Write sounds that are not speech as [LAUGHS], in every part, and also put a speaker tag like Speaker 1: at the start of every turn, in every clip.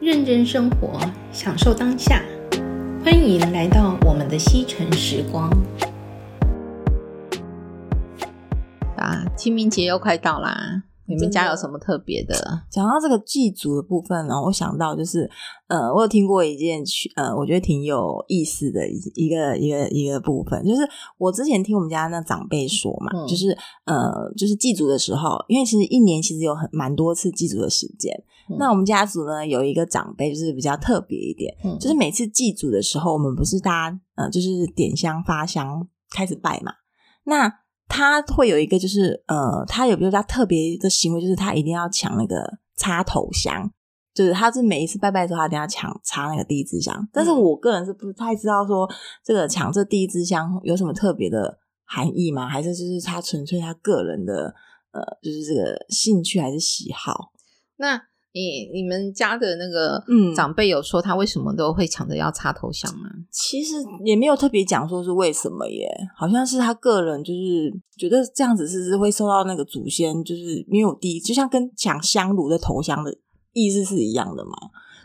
Speaker 1: 认真生活，享受当下。欢迎来到我们的西城时光。啊，清明节又快到啦，你们家有什么特别的？
Speaker 2: 讲到这个祭祖的部分呢，我想到就是，呃，我有听过一件去，呃，我觉得挺有意思的一一个一个一个部分，就是我之前听我们家那长辈说嘛，
Speaker 1: 嗯
Speaker 2: 就是呃，就是祭祖的时候，因为其实一年其实有很蛮多次祭祖的时间。
Speaker 1: 嗯
Speaker 2: 那我们家族呢有一个长辈就是比较特别一点，
Speaker 1: 嗯
Speaker 2: 就是每次祭祖的时候，我们不是大家呃就是点香发香开始拜嘛，那他会有一个就是呃，他有比较特别的行为，就是他一定要抢那个插头香。就是他是每一次拜拜的时候，他一定要抢插那个第一支香。但是我个人是不太知道说这个抢这第一支香有什么特别的含义吗？还是就是他纯粹他个人的呃，就是这个兴趣还是喜好？
Speaker 1: 那你你们家的那个
Speaker 2: 嗯
Speaker 1: 长辈有说他为什么都会抢着要插头香吗？
Speaker 2: 其实也没有特别讲说是为什么耶，好像是他个人就是觉得这样子是不是会受到那个祖先就是没有第一，就像跟抢香炉的头香的意思是一样的嘛，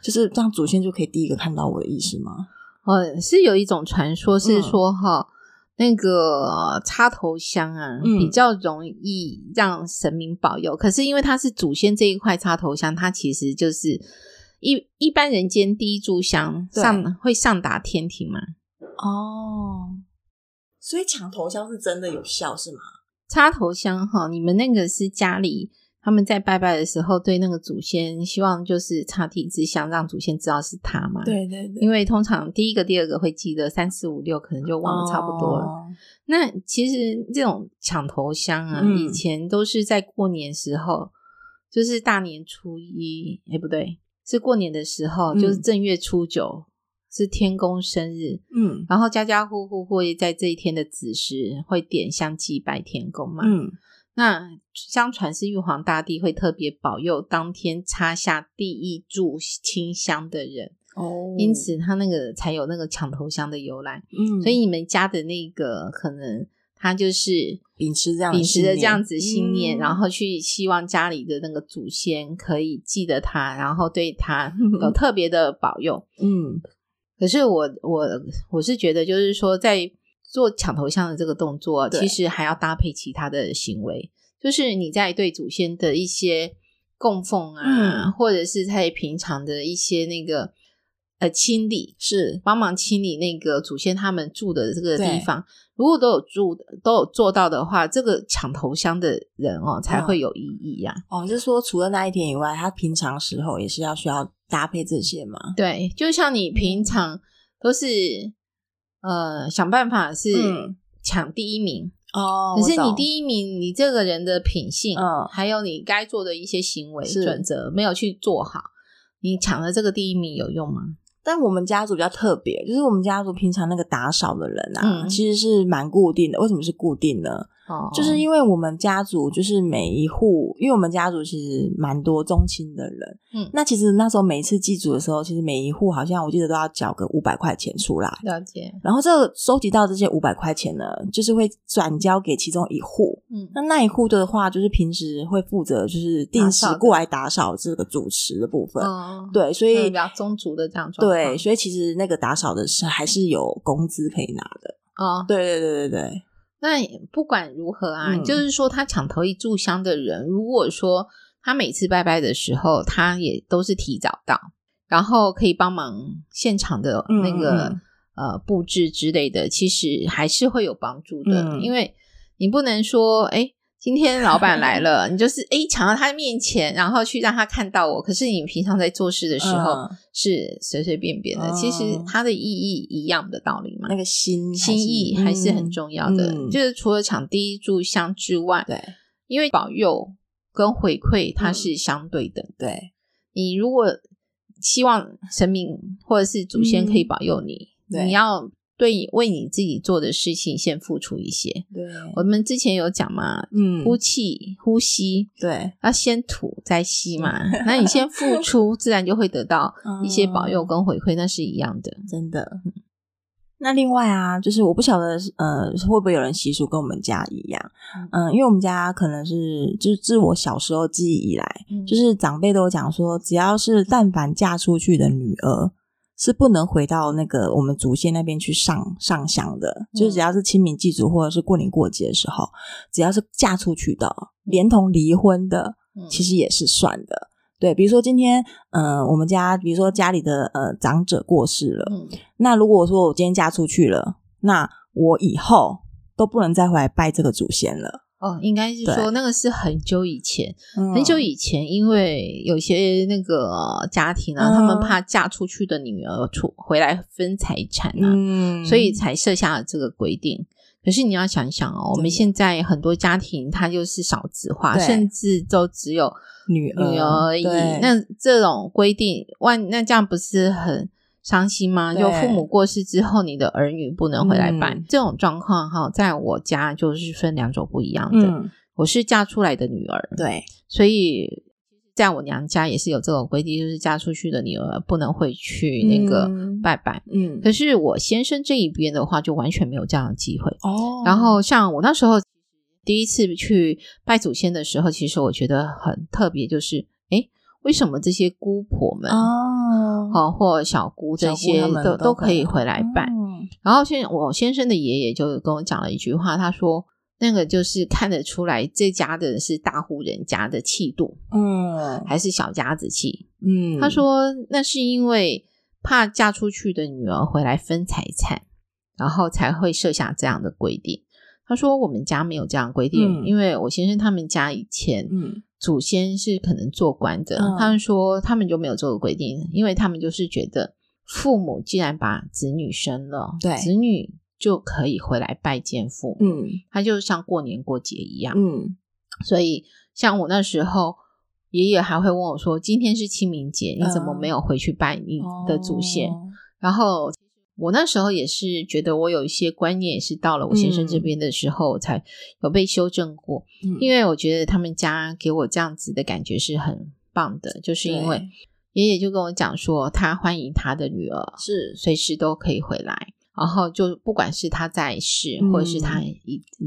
Speaker 2: 就是让祖先就可以第一个看到我的意思吗？
Speaker 1: 呃，是有一种传说是
Speaker 2: 嗯
Speaker 1: 说哈、那个插头香啊、
Speaker 2: 嗯
Speaker 1: 比较容易让神明保佑，可是因为它是祖先这一块插头香，它其实就是一一般人间第一炷香
Speaker 2: 对
Speaker 1: 上会上达天庭嘛，
Speaker 2: 哦，所以抢头香是真的有效是吗？
Speaker 1: 插头香哈，你们那个是家里他们在拜拜的时候对那个祖先，希望就是插第一支香，让祖先知道是他嘛。，
Speaker 2: 对对对，
Speaker 1: 因为通常第一个、第二个会记得，三四五六可能就忘得差不多了。
Speaker 2: 哦
Speaker 1: 那其实这种抢头香啊，
Speaker 2: 嗯
Speaker 1: 以前都是在过年时候，就是大年初一，哎、不对，是过年的时候，
Speaker 2: 嗯
Speaker 1: 就是正月初九。是天公生日，
Speaker 2: 嗯
Speaker 1: 然后家家户户会在这一天的子时会点香祭拜天公嘛。
Speaker 2: 嗯
Speaker 1: 那相传是玉皇大帝会特别保佑当天插下第一炷清香的人，
Speaker 2: 哦
Speaker 1: 因此他那个才有那个抢头香的由来。
Speaker 2: 嗯，
Speaker 1: 所以你们家的那个可能他就是
Speaker 2: 秉持这样的
Speaker 1: 秉持着
Speaker 2: 信念
Speaker 1: 这样子信念，
Speaker 2: 嗯
Speaker 1: 然后去希望家里的那个祖先可以记得他，然后对他 [LAUGHS] 有特别的保佑。
Speaker 2: 嗯
Speaker 1: 可是我我我是觉得，就是说在做抢头香的这个动作，啊
Speaker 2: 对
Speaker 1: 其实还要搭配其他的行为，就是你在对祖先的一些供奉啊，
Speaker 2: 嗯
Speaker 1: 或者是在平常的一些那个呃清理，
Speaker 2: 是
Speaker 1: 帮忙清理那个祖先他们住的这个地
Speaker 2: 对
Speaker 1: 方，如果都有住都有做到的话，这个抢头香的人哦才
Speaker 2: 嗯
Speaker 1: 会有意义呀、啊。
Speaker 2: 哦，就是说除了那一天以外，他平常时候也是要需要搭配这些嘛？
Speaker 1: 对，就像
Speaker 2: 嗯
Speaker 1: 你平常都是呃想办法是
Speaker 2: 嗯
Speaker 1: 抢第一名，
Speaker 2: 哦
Speaker 1: 可是你
Speaker 2: 一
Speaker 1: 第一名，你这个人的品性，
Speaker 2: 嗯
Speaker 1: 还有你该做的一些行为
Speaker 2: 是
Speaker 1: 准则没有去做好，你抢了这个第一名有用吗？
Speaker 2: 但我们家族比较特别，就是我们家族平常那个打扫的人啊，
Speaker 1: 嗯
Speaker 2: 其实是蛮固定的。为什么是固定呢？
Speaker 1: 哦，
Speaker 2: 就是因为我们家族就是每一户，因为我们家族其实蛮多宗亲的人，
Speaker 1: 嗯
Speaker 2: 那其实那时候每一次祭祖的时候，其实每一户好像我记得都要缴个五百块钱出来。
Speaker 1: 了解，
Speaker 2: 然后这个收集到这些五百块钱呢，就是会转交给其中一户，
Speaker 1: 嗯
Speaker 2: 那那一户的话，就是平时会负责就是定时
Speaker 1: 打扫的
Speaker 2: 过来打扫这个主持的部分。
Speaker 1: 哦，
Speaker 2: 对，所
Speaker 1: 嗯
Speaker 2: 以、
Speaker 1: 比较宗族的这样状况，
Speaker 2: 对，所以其实那个打扫的是还是有工资可以拿的。
Speaker 1: 哦，
Speaker 2: 对对对对对，
Speaker 1: 那不管如何啊，
Speaker 2: 嗯
Speaker 1: 就是说他抢头一炷香的人，如果说他每次拜拜的时候，他也都是提早到，然后可以帮忙现场的那个、
Speaker 2: 嗯
Speaker 1: 呃布置之类的，其实还是会有帮助的，
Speaker 2: 嗯
Speaker 1: 因为你不能说哎。诶今天老板来了，你就是哎抢到他面前，然后去让他看到我。可是你平常在做事的时候、
Speaker 2: 嗯
Speaker 1: 是随随便便的，其实
Speaker 2: 哦
Speaker 1: 它的意义一样的道理嘛。
Speaker 2: 那个心嗯
Speaker 1: 心意还是很重要的。
Speaker 2: 嗯嗯
Speaker 1: 就是除了抢第一炷香之外，
Speaker 2: 对嗯
Speaker 1: 因为保佑跟回馈它是相对的。
Speaker 2: 对，
Speaker 1: 你如果希望神明或者是祖先可以保佑你，
Speaker 2: 嗯对
Speaker 1: 你要对为你自己做的事情先付出一些。
Speaker 2: 对，
Speaker 1: 我们之前有讲嘛，
Speaker 2: 嗯
Speaker 1: 呼气、呼吸
Speaker 2: 对
Speaker 1: 要先吐再吸嘛，那你先付
Speaker 2: [LAUGHS] 嗯
Speaker 1: 出，自然就会得到一些保佑跟回馈，那是一样的。
Speaker 2: 真的。那另外啊，就是我不晓得呃会不会有人习俗跟我们家一样，嗯、因为我们家可能是就是自我小时候记忆以来，
Speaker 1: 嗯
Speaker 2: 就是长辈都有讲说，只要是但凡嫁出去的女儿。是不能回到那个我们祖先那边去上上香的，就是
Speaker 1: 嗯
Speaker 2: 只要是清明祭祖或者是过年过节的时候，只要是嫁出去的，连同离婚的，
Speaker 1: 嗯
Speaker 2: 其实也是算的。对，比如说今天，呃，我们家比如说家里的呃长者过世了，
Speaker 1: 嗯
Speaker 2: 那如果我说我今天嫁出去了，那我以后都不能再回来拜这个祖先了。
Speaker 1: 哦，应该是
Speaker 2: 对
Speaker 1: 说那个是很久以前，
Speaker 2: 嗯
Speaker 1: 很久以前，因为有些那个家庭啊，
Speaker 2: 嗯
Speaker 1: 他们怕嫁出去的女儿出回来分财产啊，
Speaker 2: 嗯
Speaker 1: 所以才设下了这个规定。可是你要想想哦，我
Speaker 2: 真的
Speaker 1: 们现在很多家庭它就是少子化，
Speaker 2: 对
Speaker 1: 甚至都只有
Speaker 2: 女
Speaker 1: 女儿而已。
Speaker 2: 对
Speaker 1: 那这种规定，万那这样不是很伤心吗？
Speaker 2: 对
Speaker 1: 就父母过世之后，你的儿女不能回来拜，
Speaker 2: 嗯
Speaker 1: 这种状况哈，在我家就是分两种不一样的。
Speaker 2: 嗯，
Speaker 1: 我是嫁出来的女儿，
Speaker 2: 对，
Speaker 1: 所以在我娘家也是有这种规定，就是嫁出去的女儿不能回去那个
Speaker 2: 嗯
Speaker 1: 拜拜。
Speaker 2: 嗯，
Speaker 1: 可是我先生这一边的话，就完全没有这样的机会。
Speaker 2: 哦
Speaker 1: 然后像我那时候第一次去拜祖先的时候，其实我觉得很特别，就是诶，为什么这些姑婆们？
Speaker 2: 哦，
Speaker 1: 哦，或小姑这些
Speaker 2: 小姑他们
Speaker 1: 都
Speaker 2: 都
Speaker 1: 都
Speaker 2: 可
Speaker 1: 可
Speaker 2: 以
Speaker 1: 以回来拜。
Speaker 2: 嗯
Speaker 1: 然后现我先生的爷爷就跟我讲了一句话，他说那个就是看得出来这家的是大户人家的气度，
Speaker 2: 嗯
Speaker 1: 还是小家子气。
Speaker 2: 嗯，
Speaker 1: 他说那是因为怕嫁出去的女儿回来分财产，然后才会设下这样的规定。他说我们家没有这样规定，
Speaker 2: 嗯
Speaker 1: 因为我先生他们家以前
Speaker 2: 嗯
Speaker 1: 祖先是可能做官的，
Speaker 2: 嗯
Speaker 1: 他们说他们就没有这个规定，因为他们就是觉得父母既然把子女生了，
Speaker 2: 对
Speaker 1: 子女就可以回来拜见父母，
Speaker 2: 嗯
Speaker 1: 他就像过年过节一样。
Speaker 2: 嗯
Speaker 1: 所以像我那时候，爷爷还会问我说：“今天是清明节，你怎么没有回去拜你嗯的祖先？”
Speaker 2: 嗯哦
Speaker 1: 然后我那时候也是觉得我有一些观念也是到了我先生这边的时候才有被修正过，
Speaker 2: 嗯
Speaker 1: 因为我觉得他们家给我这样子的感觉是很棒的，就是因为
Speaker 2: 对
Speaker 1: 爷爷就跟我讲说，他欢迎他的女儿
Speaker 2: 是
Speaker 1: 随时都可以回来，然后就不管是他在世、
Speaker 2: 嗯
Speaker 1: 或者是他已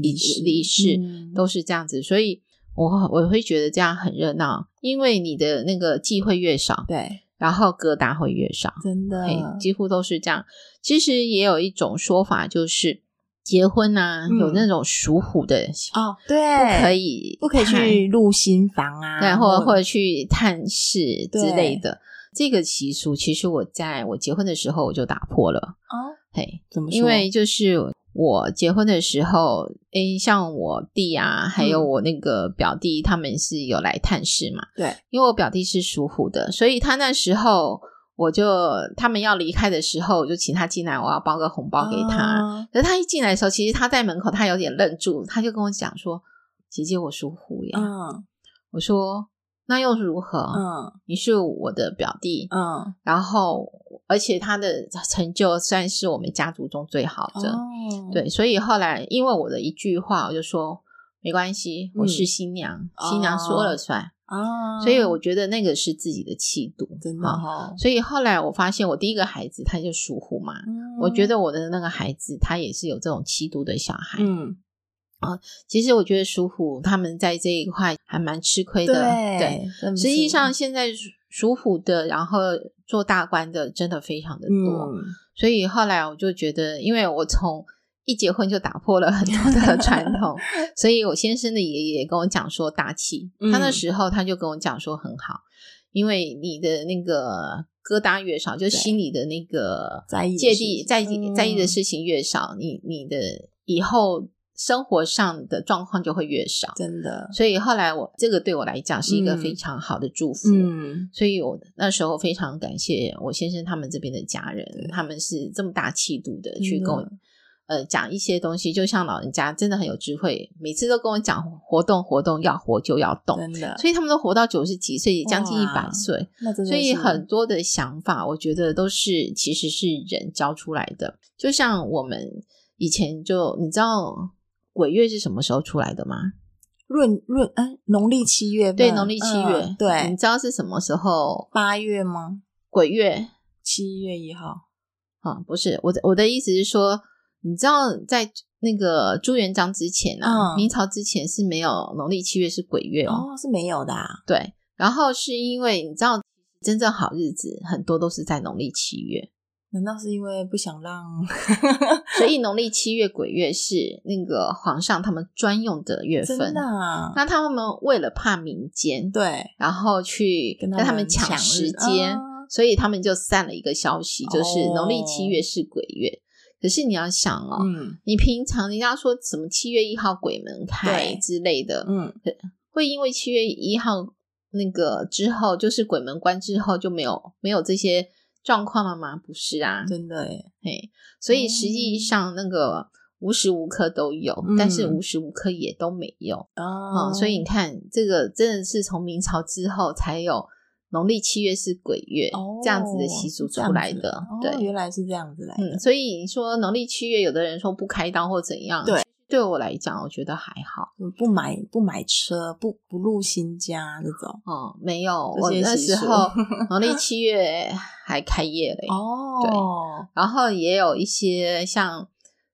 Speaker 1: 已离世，
Speaker 2: 嗯
Speaker 1: 都是这样子，所以我我会觉得这样很热闹，因为你的那个忌讳越少，
Speaker 2: 对，
Speaker 1: 然后疙瘩会越少，
Speaker 2: 真的
Speaker 1: 嘿，几乎都是这样。其实也有一种说法就是。结婚啊，
Speaker 2: 嗯
Speaker 1: 有那种属虎的，
Speaker 2: 哦，对，
Speaker 1: 不可以
Speaker 2: 不可以
Speaker 1: 探
Speaker 2: 去入新房啊，
Speaker 1: 对，或或者去探视之类
Speaker 2: 对
Speaker 1: 的。这个习俗，其实我在我结婚的时候我就打破了，
Speaker 2: 哦，
Speaker 1: 嘿，
Speaker 2: 怎么说？
Speaker 1: 因为就是我结婚的时候，诶，像我弟啊，还有
Speaker 2: 嗯
Speaker 1: 我那个表弟，他们是有来探视嘛，
Speaker 2: 对，
Speaker 1: 因为我表弟是属虎的，所以他那时候我就他们要离开的时候，我就请他进来，我要包个红包给他。
Speaker 2: 啊
Speaker 1: 可是他一进来的时候，其实他在门口，他有点愣住，他就跟我讲说：“姐姐，我属虎耶。
Speaker 2: 嗯
Speaker 1: 我说：“那又如何？
Speaker 2: 嗯
Speaker 1: 你是我的表弟，
Speaker 2: 嗯，
Speaker 1: 然后而且他的成就算是我们家族中最好的。
Speaker 2: 哦，
Speaker 1: 对，所以后来因为我的一句话，我就说没关系，
Speaker 2: 嗯哦
Speaker 1: 我是新娘，新娘说了算。
Speaker 2: 啊，
Speaker 1: 所以我觉得那个是自己的气度，
Speaker 2: 真的哦
Speaker 1: 啊
Speaker 2: 哈，
Speaker 1: 所以后来我发现，我第一个孩子他就属虎嘛，
Speaker 2: 嗯
Speaker 1: 我觉得我的那个孩子他也是有这种气度的小孩。
Speaker 2: 嗯，
Speaker 1: 其实我觉得属虎他们在这一块还蛮吃亏的，对
Speaker 2: 对，真嗯不
Speaker 1: 实际
Speaker 2: 错
Speaker 1: 上，现在属属虎的，然后做大官的，真的非常的多。
Speaker 2: 嗯，
Speaker 1: 所以后来我就觉得，因为我从一结婚就打破了很多
Speaker 2: [LAUGHS]
Speaker 1: 的传统，所以我先生的爷爷跟我讲说大气，
Speaker 2: 嗯
Speaker 1: 他那时候他就跟我讲说很好，因为你的那个疙瘩越少，就心里的那个
Speaker 2: 在意的
Speaker 1: 芥
Speaker 2: 事
Speaker 1: 蒂
Speaker 2: 情
Speaker 1: 在意
Speaker 2: 嗯
Speaker 1: 在意的事情越少，你你的以后生活上的状况就会越少。
Speaker 2: 真的，
Speaker 1: 所以后来我这个对我来讲是一个
Speaker 2: 嗯
Speaker 1: 非常好的祝福。
Speaker 2: 嗯，
Speaker 1: 所以我那时候非常感谢我先生他们这边的家
Speaker 2: 对
Speaker 1: 人，他们是这么大气度的
Speaker 2: 的
Speaker 1: 去跟我呃讲一些东西，就像老人家真的很有智慧，每次都跟我讲活动活动要活就要动，
Speaker 2: 真的，
Speaker 1: 所以他们都活到九十几岁，将近一
Speaker 2: 哇
Speaker 1: 百岁，
Speaker 2: 那真的
Speaker 1: 所以
Speaker 2: 是
Speaker 1: 很多的想法，我觉得都是其实是人教出来的。就像我们以前就你知道鬼月是什么时候出来的吗？
Speaker 2: 闰闰，哎，农历七月份，
Speaker 1: 对，农历七
Speaker 2: 嗯
Speaker 1: 月、你
Speaker 2: 对，
Speaker 1: 知道是什么时候
Speaker 2: 八月吗？
Speaker 1: 鬼月？
Speaker 2: 七月一号，
Speaker 1: 啊、不是我的我的意思是说，你知道在那个朱元璋之前啊，
Speaker 2: 嗯
Speaker 1: 明朝之前是没有农历七月是鬼月哦，
Speaker 2: 哦，是没有的啊。
Speaker 1: 对，然后是因为你知道真正好日子很多都是在农历七月，
Speaker 2: 难道是因为不想让？
Speaker 1: 所以农历七月鬼月是那个皇上他们专用的月
Speaker 2: [LAUGHS] 真
Speaker 1: 份
Speaker 2: 的、。啊？
Speaker 1: 那他们为了怕民间，
Speaker 2: 对，
Speaker 1: 然后去
Speaker 2: 跟
Speaker 1: 跟他们
Speaker 2: 们
Speaker 1: 抢
Speaker 2: 抢
Speaker 1: 时
Speaker 2: 日
Speaker 1: 间，
Speaker 2: 啊
Speaker 1: 所以他们就散了一个消息，就是
Speaker 2: 哦
Speaker 1: 农历七月是鬼月。可是你要想哦，
Speaker 2: 嗯
Speaker 1: 你平常人家说什么七月一号鬼门开
Speaker 2: 对
Speaker 1: 之类的，
Speaker 2: 嗯，
Speaker 1: 会因为七月一号那个之后，就是鬼门关之后就没有没有这些状况了吗？不是啊，
Speaker 2: 真的耶，
Speaker 1: 嘿，所以实际上那个无时无刻都有，
Speaker 2: 哦嗯
Speaker 1: 但是无时无刻也都没有。
Speaker 2: 哦
Speaker 1: 嗯，所以你看，这个真的是从明朝之后才有农历七月是鬼月、
Speaker 2: 哦
Speaker 1: 这样子的习俗
Speaker 2: 是这
Speaker 1: 出
Speaker 2: 样
Speaker 1: 来
Speaker 2: 子
Speaker 1: 的，
Speaker 2: 哦
Speaker 1: 对。
Speaker 2: 原来是这样子来
Speaker 1: 嗯，
Speaker 2: 的，
Speaker 1: 所以你说农历七月，有的人说不开刀或怎样，
Speaker 2: 对，
Speaker 1: 对我来讲，我觉得还好。
Speaker 2: 不买不买车，不不入新家这种。
Speaker 1: 哦、没有，
Speaker 2: 这
Speaker 1: 我
Speaker 2: 些
Speaker 1: 那
Speaker 2: 习
Speaker 1: 时
Speaker 2: 俗 [LAUGHS]
Speaker 1: 候农历七月还开业嘞，
Speaker 2: 哦，
Speaker 1: 然后也有一些像，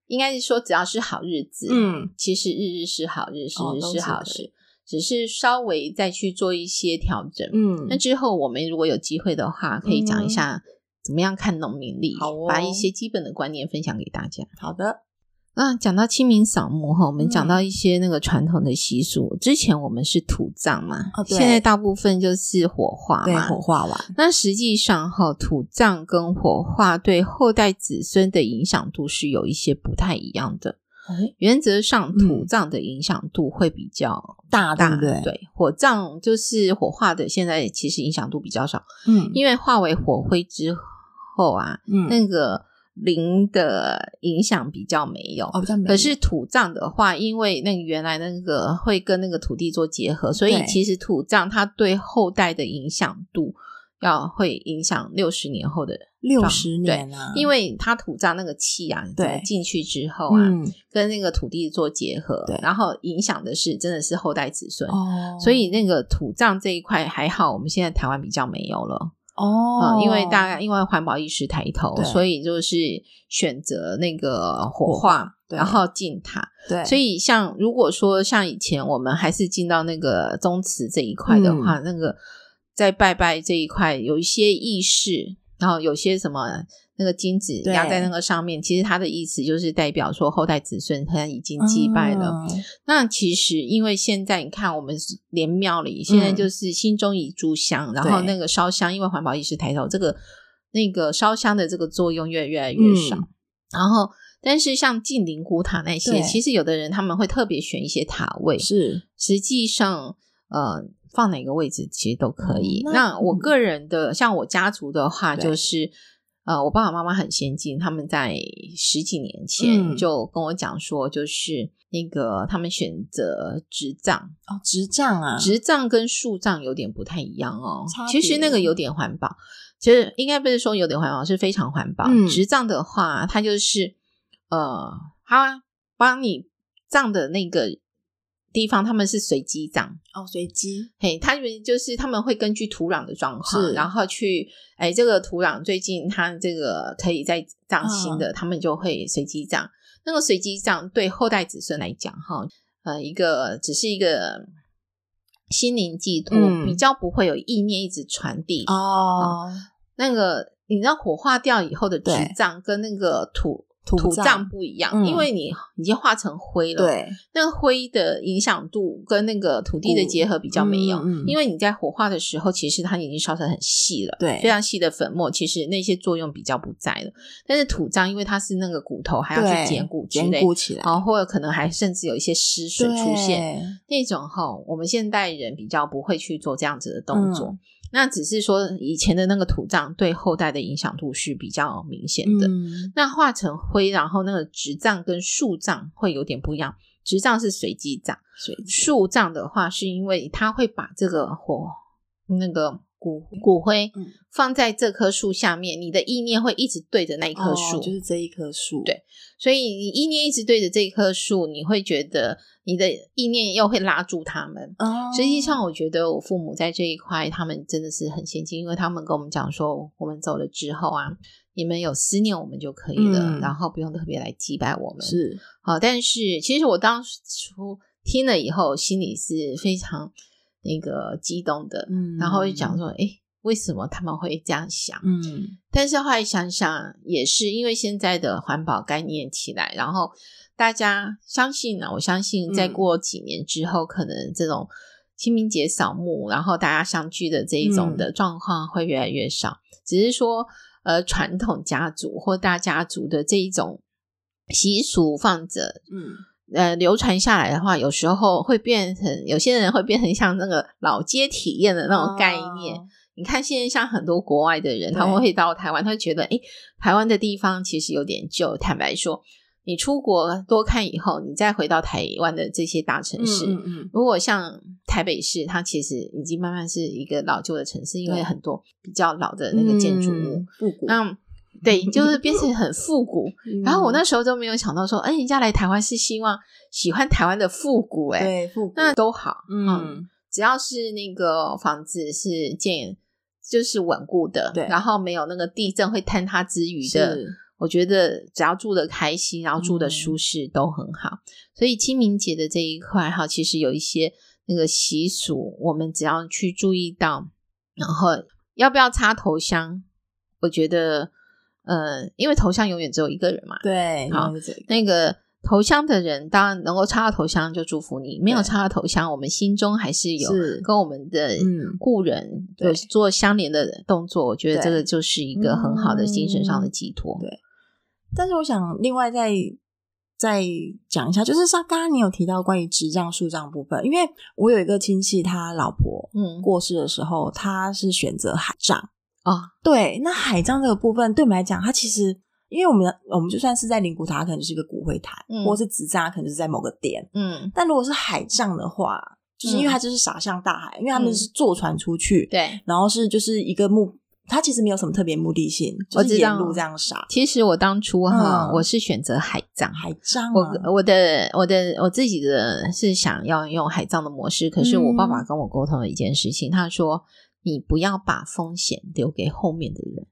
Speaker 1: 应该是说只要是好日子，，
Speaker 2: 嗯，
Speaker 1: 其实日日是好日，时
Speaker 2: 哦
Speaker 1: 日
Speaker 2: 都
Speaker 1: 是
Speaker 2: 是
Speaker 1: 好
Speaker 2: 可以
Speaker 1: 日，只是稍微再去做一些调整，
Speaker 2: 嗯
Speaker 1: 那之后我们如果有机会的话，可以讲一下怎么样看农民历，
Speaker 2: 好哦
Speaker 1: 把一些基本的观念分享给大家。
Speaker 2: 好的，
Speaker 1: 那讲到清明扫墓哈，我们
Speaker 2: 嗯
Speaker 1: 讲到一些那个传统的习俗。之前我们是土葬嘛，
Speaker 2: 哦对
Speaker 1: 现在大部分就是火化
Speaker 2: 对，
Speaker 1: 嘛。
Speaker 2: 火化完，
Speaker 1: 那实际上哈，土葬跟火化对后代子孙的影响度是有一些不太一样的。
Speaker 2: 哎
Speaker 1: 原则上，土葬的影响度会比较
Speaker 2: 大
Speaker 1: 大，
Speaker 2: 嗯对不对？，
Speaker 1: 火葬就是火化的，现在其实影响度比较少。
Speaker 2: 嗯
Speaker 1: 因为化为火灰之后啊，
Speaker 2: 嗯，
Speaker 1: 那个磷的影响比较没有。
Speaker 2: 哦，比较美
Speaker 1: 可是土葬的话，因为那个原来那个会跟那个土地做结合，所以
Speaker 2: 对
Speaker 1: 其实土葬它对后代的影响度要会影响六十年后的，
Speaker 2: 六十年啊，
Speaker 1: 因为它土葬那个气啊，怎
Speaker 2: 对
Speaker 1: 么进去之后啊，
Speaker 2: 嗯
Speaker 1: 跟那个土地做结合
Speaker 2: 对，
Speaker 1: 然后影响的是真的是后代子孙，
Speaker 2: 哦，
Speaker 1: 所以那个土葬这一块还好，我们现在台湾比较没有了。
Speaker 2: 哦
Speaker 1: 嗯，，因为大家因为环保意识抬头，
Speaker 2: 对
Speaker 1: 所以就是选择那个火
Speaker 2: 火
Speaker 1: 化，
Speaker 2: 对
Speaker 1: 然后进塔。
Speaker 2: 对，
Speaker 1: 所
Speaker 2: 以
Speaker 1: 以像如果说像以前我们还是进到那个宗祠这一块
Speaker 2: 嗯
Speaker 1: 的话，那个在拜拜这一块有一些意识，然后有些什么。那个金子
Speaker 2: 对
Speaker 1: 压在那个上面，其实它的意思就是代表说后代子孙他已经祭拜
Speaker 2: 嗯
Speaker 1: 了。，那其实因为现在你看，我们连庙里现在
Speaker 2: 嗯
Speaker 1: 就是心中一炷香，然后那个烧香，因为环保意识抬头，这个那个烧香的这个作用越越来越少。
Speaker 2: 嗯
Speaker 1: 然后，但是像近邻古塔那些，
Speaker 2: 对
Speaker 1: 其实有的人他们会特别选一些塔位，
Speaker 2: 是
Speaker 1: 实际上呃放哪个位置其实都可以。
Speaker 2: 哦那
Speaker 1: 那我个人的，像我家族的话，
Speaker 2: 对
Speaker 1: 就是呃，我爸爸妈妈很先进，他们在十几年前
Speaker 2: 嗯
Speaker 1: 就跟我讲说，就是那个他们选择直葬，
Speaker 2: 哦，执仗啊，
Speaker 1: 直葬跟树葬有点不太一样哦
Speaker 2: 差。别
Speaker 1: 其实那个有点环保，其实应该不是说有点环保，是非常环保。
Speaker 2: 嗯
Speaker 1: 直葬的话，它就是呃，它帮你葬的那个地方，他们是随机葬。
Speaker 2: 哦，随机
Speaker 1: 嘿，他们就是他们会根据土壤的状况，
Speaker 2: 是
Speaker 1: 然后去哎，这个土壤最近它这个可以再葬新
Speaker 2: 嗯
Speaker 1: 的，他们就会随机葬。那个随机葬对后代子孙来讲，哈，呃，一个只是一个心灵寄托，
Speaker 2: 嗯
Speaker 1: 比较不会有意念一直传递。
Speaker 2: 哦，
Speaker 1: 那个你知道火化掉以后的纸
Speaker 2: 对
Speaker 1: 葬跟那个土
Speaker 2: 土葬
Speaker 1: 葬不一样，
Speaker 2: 嗯
Speaker 1: 因为你已经化成灰了，
Speaker 2: 对，
Speaker 1: 那个灰的影响度跟那个土地的结合比较没有，
Speaker 2: 嗯嗯嗯
Speaker 1: 因为你在火化的时候，其实它已经烧成很细了，
Speaker 2: 对
Speaker 1: 非常细的粉末，其实那些作用比较不在了。但是土葬，因为它是那个骨头，还要
Speaker 2: 对
Speaker 1: 去捡骨之
Speaker 2: 兼
Speaker 1: 类，
Speaker 2: 顾起来，
Speaker 1: 然后或者可能还甚至有一些湿水出现
Speaker 2: 现，
Speaker 1: 那种哈，我们现代人比较不会去做这样子的动作。
Speaker 2: 嗯
Speaker 1: 那只是说以前的那个土葬对后代的影响度是比较明显的，
Speaker 2: 嗯
Speaker 1: 那化成灰，然后那个直葬跟树葬会有点不一样。直葬是随机葬，
Speaker 2: 随机
Speaker 1: 树葬的话是因为它会把这个火那个
Speaker 2: 骨
Speaker 1: 骨灰
Speaker 2: 嗯
Speaker 1: 放在这棵树下面，你的意念会一直对着那一棵树，
Speaker 2: 哦就是这一棵树，
Speaker 1: 对所以你意念一直对着这一棵树，你会觉得你的意念又会拉住它们。
Speaker 2: 哦，
Speaker 1: 实际上，我觉得我父母在这一块，他们真的是很先进，因为他们跟我们讲说，我们走了之后啊，你们有思念我们就可以了，
Speaker 2: 嗯
Speaker 1: 然后不用特别来祭拜我们。
Speaker 2: 是
Speaker 1: 好，但是其实我当初听了以后，心里是非常那个激动的，
Speaker 2: 嗯
Speaker 1: 然后就讲说，哎，为什么他们会这样想？
Speaker 2: 嗯
Speaker 1: 但是后来想想，也是因为现在的环保概念起来，然后大家相信啊呢、我相信再
Speaker 2: 嗯
Speaker 1: 过几年之后，可能这种清明节扫墓，然后大家相聚的这一种
Speaker 2: 嗯
Speaker 1: 的状况会越来越少。只是说，呃，传统家族或大家族的这一种习俗放着，
Speaker 2: 嗯，
Speaker 1: 呃流传下来的话，有时候会变成有些人会变成像那个老街体验的那种概念。
Speaker 2: 哦
Speaker 1: 你看现在像很多国外的人，
Speaker 2: 对
Speaker 1: 他们会到台湾，他会觉得，诶，台湾的地方其实有点旧。坦白说，你出国多看以后，你再回到台湾的这些大城市。
Speaker 2: 嗯嗯
Speaker 1: 如果像台北市，它其实已经慢慢是一个老旧的城市，因为
Speaker 2: 对
Speaker 1: 很多比较老的
Speaker 2: 嗯，
Speaker 1: 那个建筑物，
Speaker 2: 嗯复古。
Speaker 1: 那对，就是变成很复古。
Speaker 2: 嗯
Speaker 1: 然后我那时候就没有想到说，哎、人家来台湾是希望喜欢台湾的复古、诶哎，
Speaker 2: 对复古，
Speaker 1: 那都好，嗯，
Speaker 2: 嗯
Speaker 1: 只要是那个房子是建就是稳固的，
Speaker 2: 对
Speaker 1: 然后没有那个地震会坍塌之余的，
Speaker 2: 是
Speaker 1: 我觉得只要住的开心，然后住的
Speaker 2: 嗯
Speaker 1: 舒适都很好。所以清明节的这一块哈，其实有一些那个习俗，我们只要去注意到，然后要不要插头香，我觉得。呃，因为头香永远只有一个人嘛，
Speaker 2: 对，
Speaker 1: 好
Speaker 2: 那个这个
Speaker 1: 那个头香的人，当然能够插到头香就祝福你；没有插到头香，我们心中还是有
Speaker 2: 是
Speaker 1: 跟我们的
Speaker 2: 嗯
Speaker 1: 故人
Speaker 2: 对
Speaker 1: 有做相连的动作。我觉得
Speaker 2: 对嗯
Speaker 1: 这个就是一个很好的精神上的寄托。
Speaker 2: 对但是我想另外再再讲一下，就是像刚刚你有提到关于植障树障部分，因为我有一个亲戚，他老婆
Speaker 1: 嗯，
Speaker 2: 过世的时候，他是选择海葬
Speaker 1: 哦，
Speaker 2: 对，那海葬这个部分对我们来讲，它其实因为我们我们就算是在灵骨塔，它可能就是一个骨灰坛，
Speaker 1: 嗯
Speaker 2: 或者是植葬，它可能就是在某个点。
Speaker 1: 嗯，
Speaker 2: 但如果是海葬的话，就是因为它就是撒向大海，因为他们是坐船出去，
Speaker 1: 嗯对。
Speaker 2: 然后是就是一个目，它其实没有什么特别目的性，就
Speaker 1: 我知
Speaker 2: 是
Speaker 1: 道
Speaker 2: 沿路这样撒
Speaker 1: 其实我当初哈，
Speaker 2: 嗯
Speaker 1: 我是选择海葬。
Speaker 2: 海葬、啊。
Speaker 1: 我我的我的我自己的是想要用海葬的模式，可是我爸爸
Speaker 2: 嗯
Speaker 1: 跟我沟通了一件事情，他说你不要把风险留给后面的人。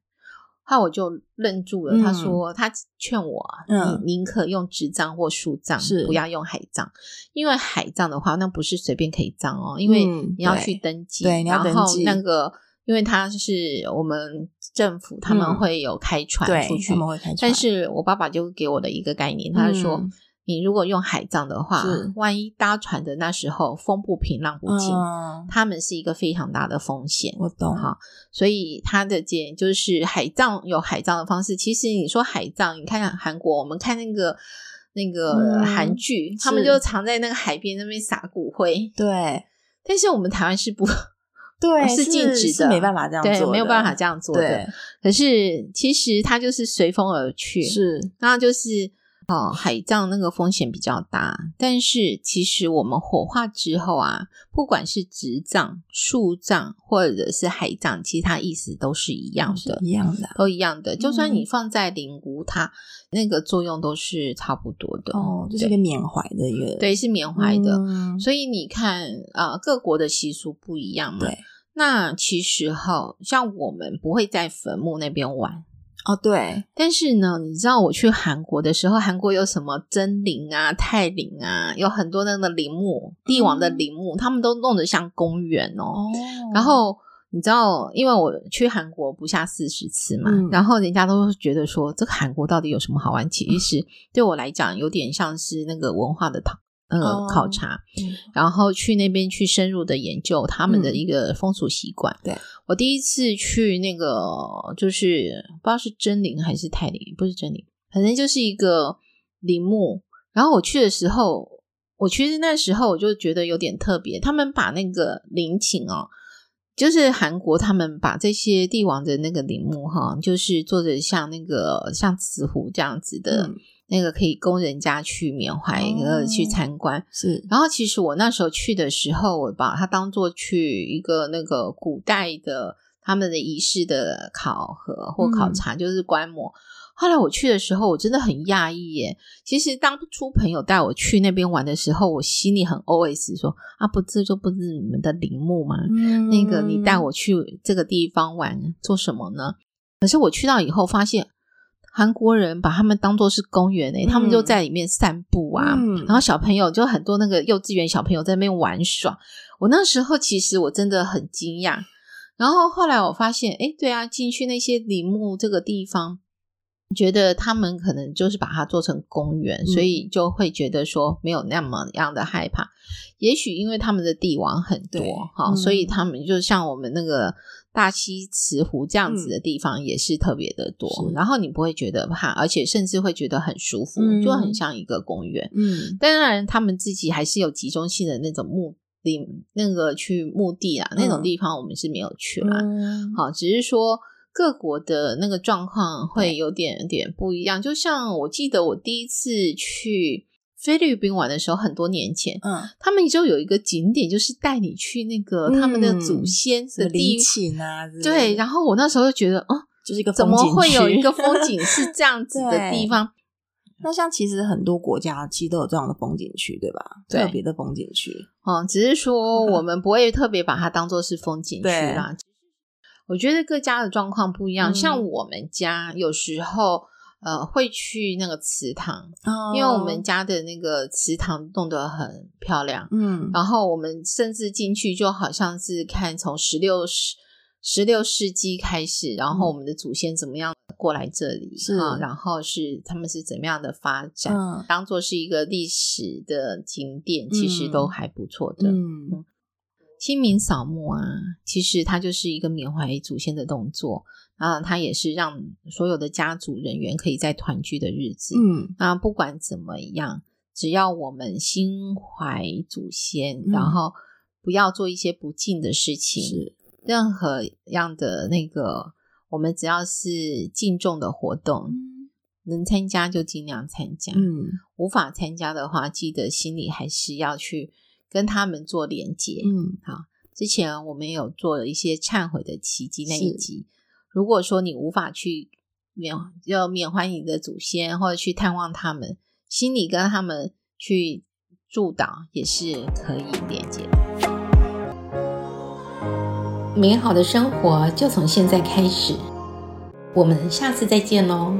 Speaker 1: 后来我就愣住了，
Speaker 2: 嗯
Speaker 1: 他说他劝我啊，
Speaker 2: 嗯
Speaker 1: 你宁可用纸葬或树葬，
Speaker 2: 是
Speaker 1: 不要用海葬，因为海葬的话，那不是随便可以葬哦，因为
Speaker 2: 嗯
Speaker 1: 你要
Speaker 2: 对
Speaker 1: 去登记，
Speaker 2: 对你要
Speaker 1: 然
Speaker 2: 登
Speaker 1: 后
Speaker 2: 记
Speaker 1: 那个，因为它是我们政府他们
Speaker 2: 嗯
Speaker 1: 会有开船
Speaker 2: 对
Speaker 1: 出去
Speaker 2: 他，们会开船，
Speaker 1: 但是我爸爸就给我的一个概念，他就说，
Speaker 2: 嗯
Speaker 1: 你如果用海葬的话
Speaker 2: 是，
Speaker 1: 万一搭船的那时候风不平浪不静，
Speaker 2: 嗯，哦
Speaker 1: 他们是一个非常大的风险。
Speaker 2: 我懂，
Speaker 1: 好，所以他的建议就是海葬有海葬的方式。其实你说海葬，你看韩国，我们看那个那个
Speaker 2: 嗯
Speaker 1: 韩剧，他们
Speaker 2: 是
Speaker 1: 就常在那个海边那边撒骨灰，
Speaker 2: 对
Speaker 1: 但是我们台湾是不 [LAUGHS]
Speaker 2: 对
Speaker 1: 哦是禁止的
Speaker 2: 是没办法这样做
Speaker 1: 对，
Speaker 2: 的，
Speaker 1: 没有办法这样做的。可是其实它就是随风而去，
Speaker 2: 对，是
Speaker 1: 那就是哦，海葬那个风险比较大，但是其实我们火化之后啊，不管是植葬、树葬或者是海葬，其实它意思都是一样
Speaker 2: 是
Speaker 1: 的，
Speaker 2: 一样嗯的啊
Speaker 1: 都一样的。就算你放在灵骨塔，那个作用都是差不多的。
Speaker 2: 哦，就是一个
Speaker 1: 对
Speaker 2: 缅怀的一个
Speaker 1: 对，是缅怀的。
Speaker 2: 嗯
Speaker 1: 所以你看，啊，各国的习俗不一样嘛。
Speaker 2: 对
Speaker 1: 那其实哈，像我们不会在坟墓那边玩，
Speaker 2: 哦，对，
Speaker 1: 但是呢，你知道我去韩国的时候，韩国有什么真陵啊、泰陵啊，有很多那个陵墓，帝王的陵墓，他们都弄得像公园哦。
Speaker 2: 嗯哦，
Speaker 1: 然后你知道，因为我去韩国不下四十次嘛，
Speaker 2: 嗯
Speaker 1: 然后人家都觉得说这个韩国到底有什么好玩？其
Speaker 2: 嗯
Speaker 1: 实对我来讲，有点像是那个文化的考呃、
Speaker 2: 哦
Speaker 1: 考察。
Speaker 2: 嗯
Speaker 1: 然后去那边去深入的研究他们的一个风俗习惯。
Speaker 2: 对
Speaker 1: 我第一次去那个就是不知道是真陵还是泰陵，不是真陵，反正就是一个陵墓。然后我去的时候，我其实那时候我就觉得有点特别，他们把那个陵寝哦。就是韩国，他们把这些帝王的那个陵墓哈，就是做着像那个像瓷壶这样子的，
Speaker 2: 嗯
Speaker 1: 那个可以供人家去缅怀，
Speaker 2: 哦
Speaker 1: 呃、去参观。
Speaker 2: 是
Speaker 1: 然后其实我那时候去的时候，我把它当做去一个那个古代的他们的仪式的考核或考察，就是观摩。后来我去的时候，我真的很讶异耶。其实当初朋友带我去那边玩的时候，我心里很 always 说啊，不这就不是你们的陵墓吗？
Speaker 2: 嗯
Speaker 1: 那个你带我去这个地方玩做什么呢？可是我去到以后发现，韩国人把他们当做是公园诶、
Speaker 2: 嗯
Speaker 1: 他们就在里面散步啊，
Speaker 2: 嗯
Speaker 1: 然后小朋友就很多那个幼稚园小朋友在那边玩耍。我那时候其实我真的很惊讶，然后后来我发现，诶，对啊，进去那些陵墓这个地方，觉得他们可能就是把它做成公园，
Speaker 2: 嗯
Speaker 1: 所以就会觉得说没有那么样的害怕。也许因为他们的帝王很多
Speaker 2: 对
Speaker 1: 哈、
Speaker 2: 嗯
Speaker 1: 所以他们就像我们那个大溪慈湖这样子的地方也是特别的多、
Speaker 2: 嗯是
Speaker 1: 然后你不会觉得怕，而且甚至会觉得很舒服，
Speaker 2: 嗯
Speaker 1: 就很像一个公园。
Speaker 2: 嗯
Speaker 1: 当然，他们自己还是有集中性的那种目的，那个去墓地啊、那种地方，我们是没有去啦。
Speaker 2: 嗯
Speaker 1: 好，只是说各国的那个状况会有点有点不一样。就像我记得我第一次去菲律宾玩的时候，很多年前，
Speaker 2: 嗯，
Speaker 1: 他们就有一个景点，就是带你去那个他们的祖
Speaker 2: 嗯
Speaker 1: 先
Speaker 2: 什
Speaker 1: 的
Speaker 2: 么
Speaker 1: 地
Speaker 2: 陵。寝啊之类的，
Speaker 1: 对，然后我那时候就觉得，哦，
Speaker 2: 就是一个
Speaker 1: 怎
Speaker 2: 风
Speaker 1: 么
Speaker 2: 景
Speaker 1: 会有
Speaker 2: 区
Speaker 1: 一个
Speaker 2: [LAUGHS]
Speaker 1: 风景是这样子的地方？
Speaker 2: 那像其实很多国家其实都有这样的风景区，对吧？
Speaker 1: 对
Speaker 2: 特别的风景区，
Speaker 1: 哦，只是说我们不会特别把它当做是风景区
Speaker 2: 嗯对
Speaker 1: 啦。我觉得各家的状况不一样，
Speaker 2: 嗯
Speaker 1: 像我们家有时候呃会去那个祠堂，
Speaker 2: 嗯
Speaker 1: 因为我
Speaker 2: 哦
Speaker 1: 们家的那个祠堂弄得很漂亮，
Speaker 2: 嗯
Speaker 1: 然后我们甚至进去就好像是看从十六世十六世纪开始，然后我们的祖先怎么样过来这里
Speaker 2: 嗯是
Speaker 1: 啊，然后是他们是怎么样的发展，
Speaker 2: 嗯
Speaker 1: 当做是一个历史的景点，其实都还不错的。
Speaker 2: 嗯
Speaker 1: 清明扫墓啊，其实它就是一个缅怀祖先的动作，啊，它也是让所有的家族人员可以在团聚的日子。
Speaker 2: 嗯
Speaker 1: 那不管怎么样，只要我们心怀祖先，
Speaker 2: 嗯
Speaker 1: 然后不要做一些不敬的事情，
Speaker 2: 是
Speaker 1: 任何样的那个，我们只要是敬重的活动，能参加就尽量参加。
Speaker 2: 嗯
Speaker 1: 无法参加的话，记得心里还是要去跟他们做连接。
Speaker 2: 嗯
Speaker 1: 之前我们也有做了一些忏悔的奇迹那一
Speaker 2: 是
Speaker 1: 集。如果说你无法去缅要缅怀你的祖先，或者去探望他们，心里跟他们去祝祷，也是可以连接的。美好的生活就从现在开始，我们下次再见喽。